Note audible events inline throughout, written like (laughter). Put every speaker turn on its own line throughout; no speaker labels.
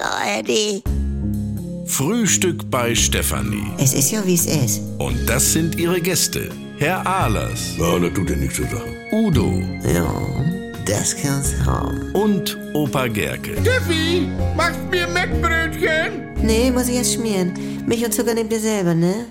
ARD.
Frühstück bei Stefanie.
Es ist ja, wie es ist.
Und das sind ihre Gäste. Herr Ahlers,
Ja, das tut ja nichts zur Sache.
Udo
Ja, das kann's haben.
und Opa Gerke.
Steffi, machst mir Meckbrötchen?
Nee, muss ich erst schmieren. Milch und Zucker nehmt ihr selber, ne?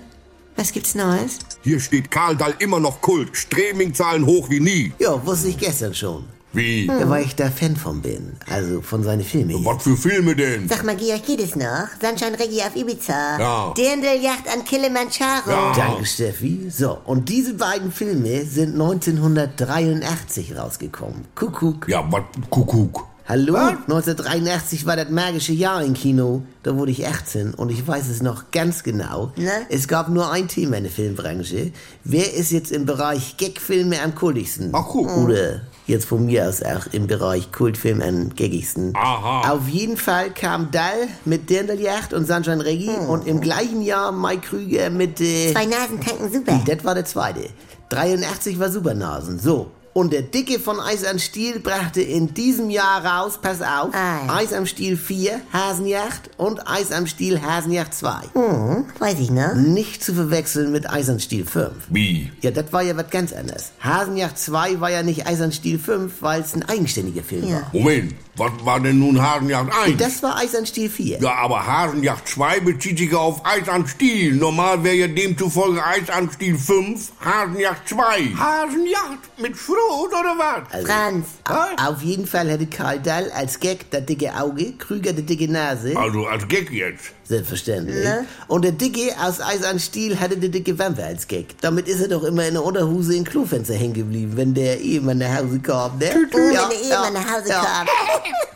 Was gibt's Neues?
Hier steht Karldahl immer noch Kult. Streaming-Zahlen hoch wie nie.
Ja, wusste ich gestern schon.
Wie?
Weil ich da Fan von bin. Also von seinen Filmen. hier.
Was für Filme denn?
Sag mal, Georg, geht es noch? Sunshine Reggae auf Ibiza.
Ja.
Dirndl-Yacht an Kilimanjaro.
Ja.
Danke, Steffi. So, und diese beiden Filme sind 1983 rausgekommen. Kuckuck.
Ja, was? Kuckuck.
Hallo? 1983 war das magische Jahr im Kino. Da wurde ich 18 und ich weiß es noch ganz genau.
Ne?
Es gab nur ein Thema in der Filmbranche. Wer ist jetzt im Bereich Gagfilme am kultigsten?
Ach, guck.
Oder jetzt von mir aus auch im Bereich Kultfilm am gaggigsten.
Aha.
Auf jeden Fall kam Dall mit Dirndljacht und Sunshine Reggie
Hm.
und im gleichen Jahr Mike Krüger mit... Äh,
Zwei Nasen tanken super.
das war der zweite. 83 war Supernasen. So. Und der Dicke von Eis am Stiel brachte in diesem Jahr raus, pass auf,
Ah.
Eis am Stiel 4, Hasenjacht und Eis am Stiel Hasenjacht 2.
Hm. Weiß ich noch.
Nicht zu verwechseln mit Eis am Stiel 5.
Wie?
Ja, das war ja was ganz anderes. Hasenjacht 2 war ja nicht Eis am Stiel 5, weil es ein eigenständiger Film
Ja.
war.
Moment, was war denn nun Hasenjagd 1?
Das war Eis am Stiel 4.
Ja, aber Hasenjagd 2 bezieht sich ja auf Eis an Stiel. Normal wäre ja demzufolge Eis an Stiel 5, Hasenjagd 2. Hasenjagd mit Schrot oder was?
Also,
Franz.
a- auf jeden Fall hätte Karl Dall als Gag das dicke Auge, Krüger die dicke Nase.
Ah.
Also als Gag jetzt.
Selbstverständlich.
Ne?
Und der Dicke aus Eis an Stiel hatte die dicke Wampe als Gag. Damit ist er doch immer in der Unterhose im Klofenster hängen geblieben, wenn der Ehemann nach Hause kam, ne?
Oh, wenn der Ehemann nach Hause
ja. (laughs)
kommt.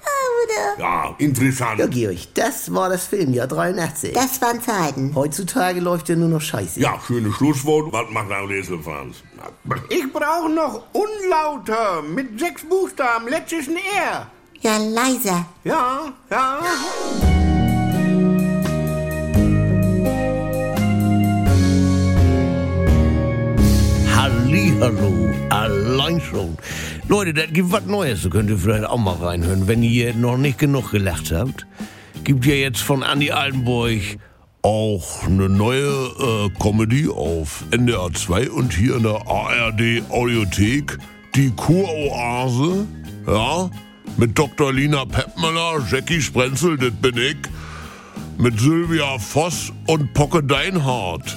Oder?
Ja, interessant.
Ja, Georg, das war das Filmjahr 83.
Das waren Zeiten.
Heutzutage läuft ja nur noch Scheiße.
Ja, schönes Schlusswort. Was macht am nächsten Franz?
Ich brauche noch Unlauter mit sechs Buchstaben, letztes ein R.
Ja, leiser.
Ja, ja.
Hallihallo, allein schon. Leute, das gibt was Neues, da könnt ihr vielleicht auch mal reinhören, wenn ihr noch nicht genug gelacht habt. Gibt ja jetzt von Andy Altenburg auch eine neue äh, Comedy auf NDR 2 und hier in der ARD Audiothek. Die Kuroase, ja, mit Dr. Lina Peppmüller, Jackie Sprenzel, das bin ich mit Sylvia Voss und Pocke Deinhardt.